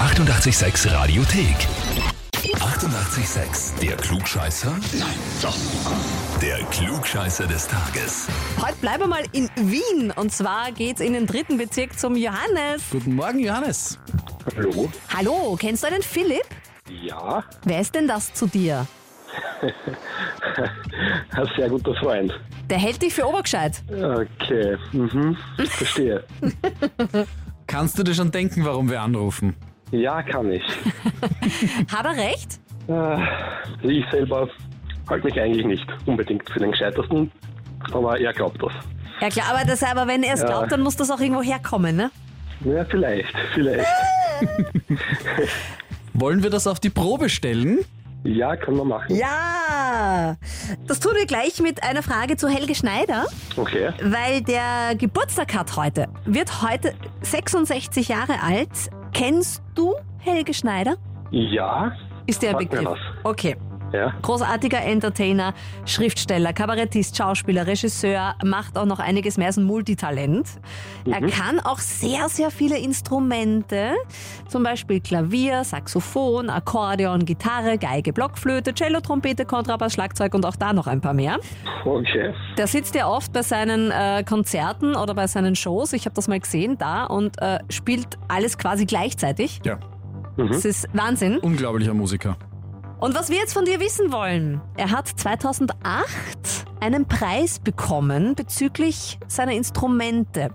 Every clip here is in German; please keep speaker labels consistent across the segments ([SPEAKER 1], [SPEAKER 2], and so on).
[SPEAKER 1] 886 Radiothek. 88,6. Der Klugscheißer? Nein, doch. Der Klugscheißer des Tages.
[SPEAKER 2] Heute bleiben wir mal in Wien und zwar geht's in den dritten Bezirk zum Johannes.
[SPEAKER 3] Guten Morgen, Johannes.
[SPEAKER 4] Hallo?
[SPEAKER 2] Hallo, kennst du einen Philipp?
[SPEAKER 4] Ja,
[SPEAKER 2] Wer ist denn das zu dir?
[SPEAKER 4] ein sehr guter Freund.
[SPEAKER 2] Der hält dich für obergescheit.
[SPEAKER 4] Okay, mhm. verstehe.
[SPEAKER 3] Kannst du dir schon denken, warum wir anrufen?
[SPEAKER 4] Ja, kann ich.
[SPEAKER 2] Hat er recht?
[SPEAKER 4] Äh, ich selber halte mich eigentlich nicht unbedingt für den Gescheitersten, aber er glaubt das.
[SPEAKER 2] Ja klar, aber, das, aber wenn er es glaubt, dann muss das auch irgendwo herkommen, ne?
[SPEAKER 4] Ja, vielleicht, vielleicht.
[SPEAKER 3] Wollen wir das auf die Probe stellen?
[SPEAKER 4] Ja, kann man machen.
[SPEAKER 2] Ja! Das tun wir gleich mit einer Frage zu Helge Schneider,
[SPEAKER 4] Okay.
[SPEAKER 2] weil der Geburtstag hat heute. Wird heute 66 Jahre alt. Kennst du Helge Schneider?
[SPEAKER 4] Ja,
[SPEAKER 2] Ist der ein
[SPEAKER 4] Sagt mir
[SPEAKER 2] Begriff?
[SPEAKER 4] was.
[SPEAKER 2] Okay.
[SPEAKER 4] ja.
[SPEAKER 2] Großartiger Entertainer, Schriftsteller, Kabarettist, Schauspieler, Regisseur, macht auch noch einiges mehr als ein Multitalent. Er kann auch sehr, sehr viele Instrumente, zum Beispiel Klavier, Saxophon, Akkordeon, Gitarre, Geige, Blockflöte, Cello, Trompete, Kontrabass, Schlagzeug und auch da noch ein paar mehr.
[SPEAKER 4] Okay.
[SPEAKER 2] Der sitzt ja oft bei seinen äh, Konzerten oder bei seinen Shows, ich habe das mal gesehen, da und äh, spielt alles quasi gleichzeitig.
[SPEAKER 3] Ja.
[SPEAKER 2] Das ist Wahnsinn.
[SPEAKER 3] Unglaublicher Musiker.
[SPEAKER 2] Und was wir jetzt von dir wissen wollen, er hat 2008 einen Preis bekommen bezüglich seiner Instrumente.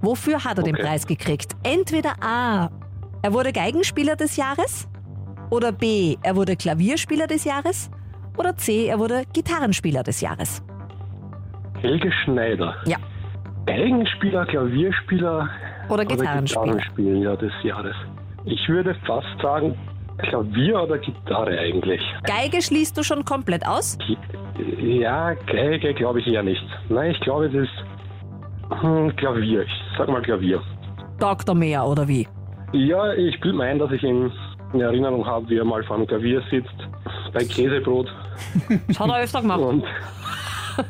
[SPEAKER 2] Wofür hat er den
[SPEAKER 4] Okay.
[SPEAKER 2] Preis gekriegt? Entweder A, er wurde Geigenspieler des Jahres oder B, er wurde Klavierspieler des Jahres oder C, er wurde Gitarrenspieler des Jahres.
[SPEAKER 4] Helge Schneider.
[SPEAKER 2] Ja,
[SPEAKER 4] Eigenspieler, Klavierspieler
[SPEAKER 2] oder Gitarrenspieler.
[SPEAKER 4] Gitarrenspieler ja, des Jahres. Ich würde fast sagen, Klavier oder Gitarre eigentlich.
[SPEAKER 2] Geige schließt du schon komplett aus?
[SPEAKER 4] Ja, Geige glaube ich eher nicht. Nein, ich glaube, es ist hm, Klavier. Ich sag mal Klavier.
[SPEAKER 2] Dr. Mehr oder wie?
[SPEAKER 4] Ja, ich bilde mir ein, dass ich ihn in Erinnerung habe, wie er mal vor einem Klavier sitzt, bei Käsebrot.
[SPEAKER 2] Das hat er öfter gemacht.
[SPEAKER 4] Und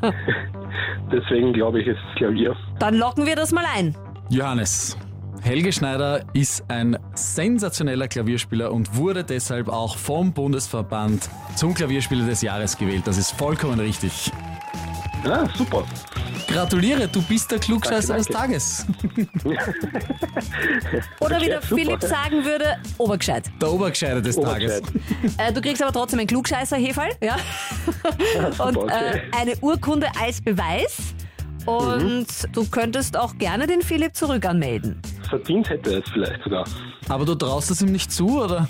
[SPEAKER 4] deswegen glaube ich, es ist Klavier.
[SPEAKER 2] Dann locken wir das mal ein.
[SPEAKER 3] Johannes. Helge Schneider ist ein sensationeller Klavierspieler und wurde deshalb auch vom Bundesverband zum Klavierspieler des Jahres gewählt. Das ist vollkommen richtig.
[SPEAKER 4] Ah, super.
[SPEAKER 3] Gratuliere, du bist der Klugscheißer
[SPEAKER 4] Danke, danke.
[SPEAKER 3] des Tages.
[SPEAKER 2] Oder wie
[SPEAKER 4] Okay,
[SPEAKER 2] der
[SPEAKER 4] super.
[SPEAKER 2] Philipp sagen würde, obergescheit.
[SPEAKER 3] Der Obergescheiter des Tages.
[SPEAKER 4] Oberscheit.
[SPEAKER 2] Äh, du kriegst aber trotzdem einen klugscheißer Hefall, ja?
[SPEAKER 4] super,
[SPEAKER 2] Und äh,
[SPEAKER 4] okay.
[SPEAKER 2] eine Urkunde als Beweis. Und du könntest auch gerne den Philipp zurück anmelden.
[SPEAKER 4] Verdient hätte er es vielleicht sogar.
[SPEAKER 3] Aber du traust es ihm nicht zu, oder?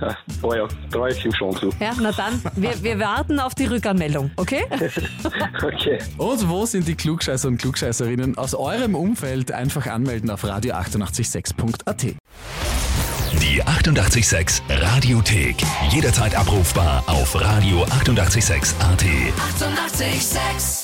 [SPEAKER 4] Ah, Oh ja, traue ich ihm schon zu.
[SPEAKER 2] Ja, na dann, wir, wir warten auf die Rückanmeldung, okay?
[SPEAKER 4] Okay.
[SPEAKER 3] Und wo sind die Klugscheißer und Klugscheißerinnen aus eurem Umfeld? Einfach anmelden auf radio886.at.
[SPEAKER 1] Die 88,6 Radiothek. Jederzeit abrufbar auf radio886.at. 88,6.
[SPEAKER 2] Sex.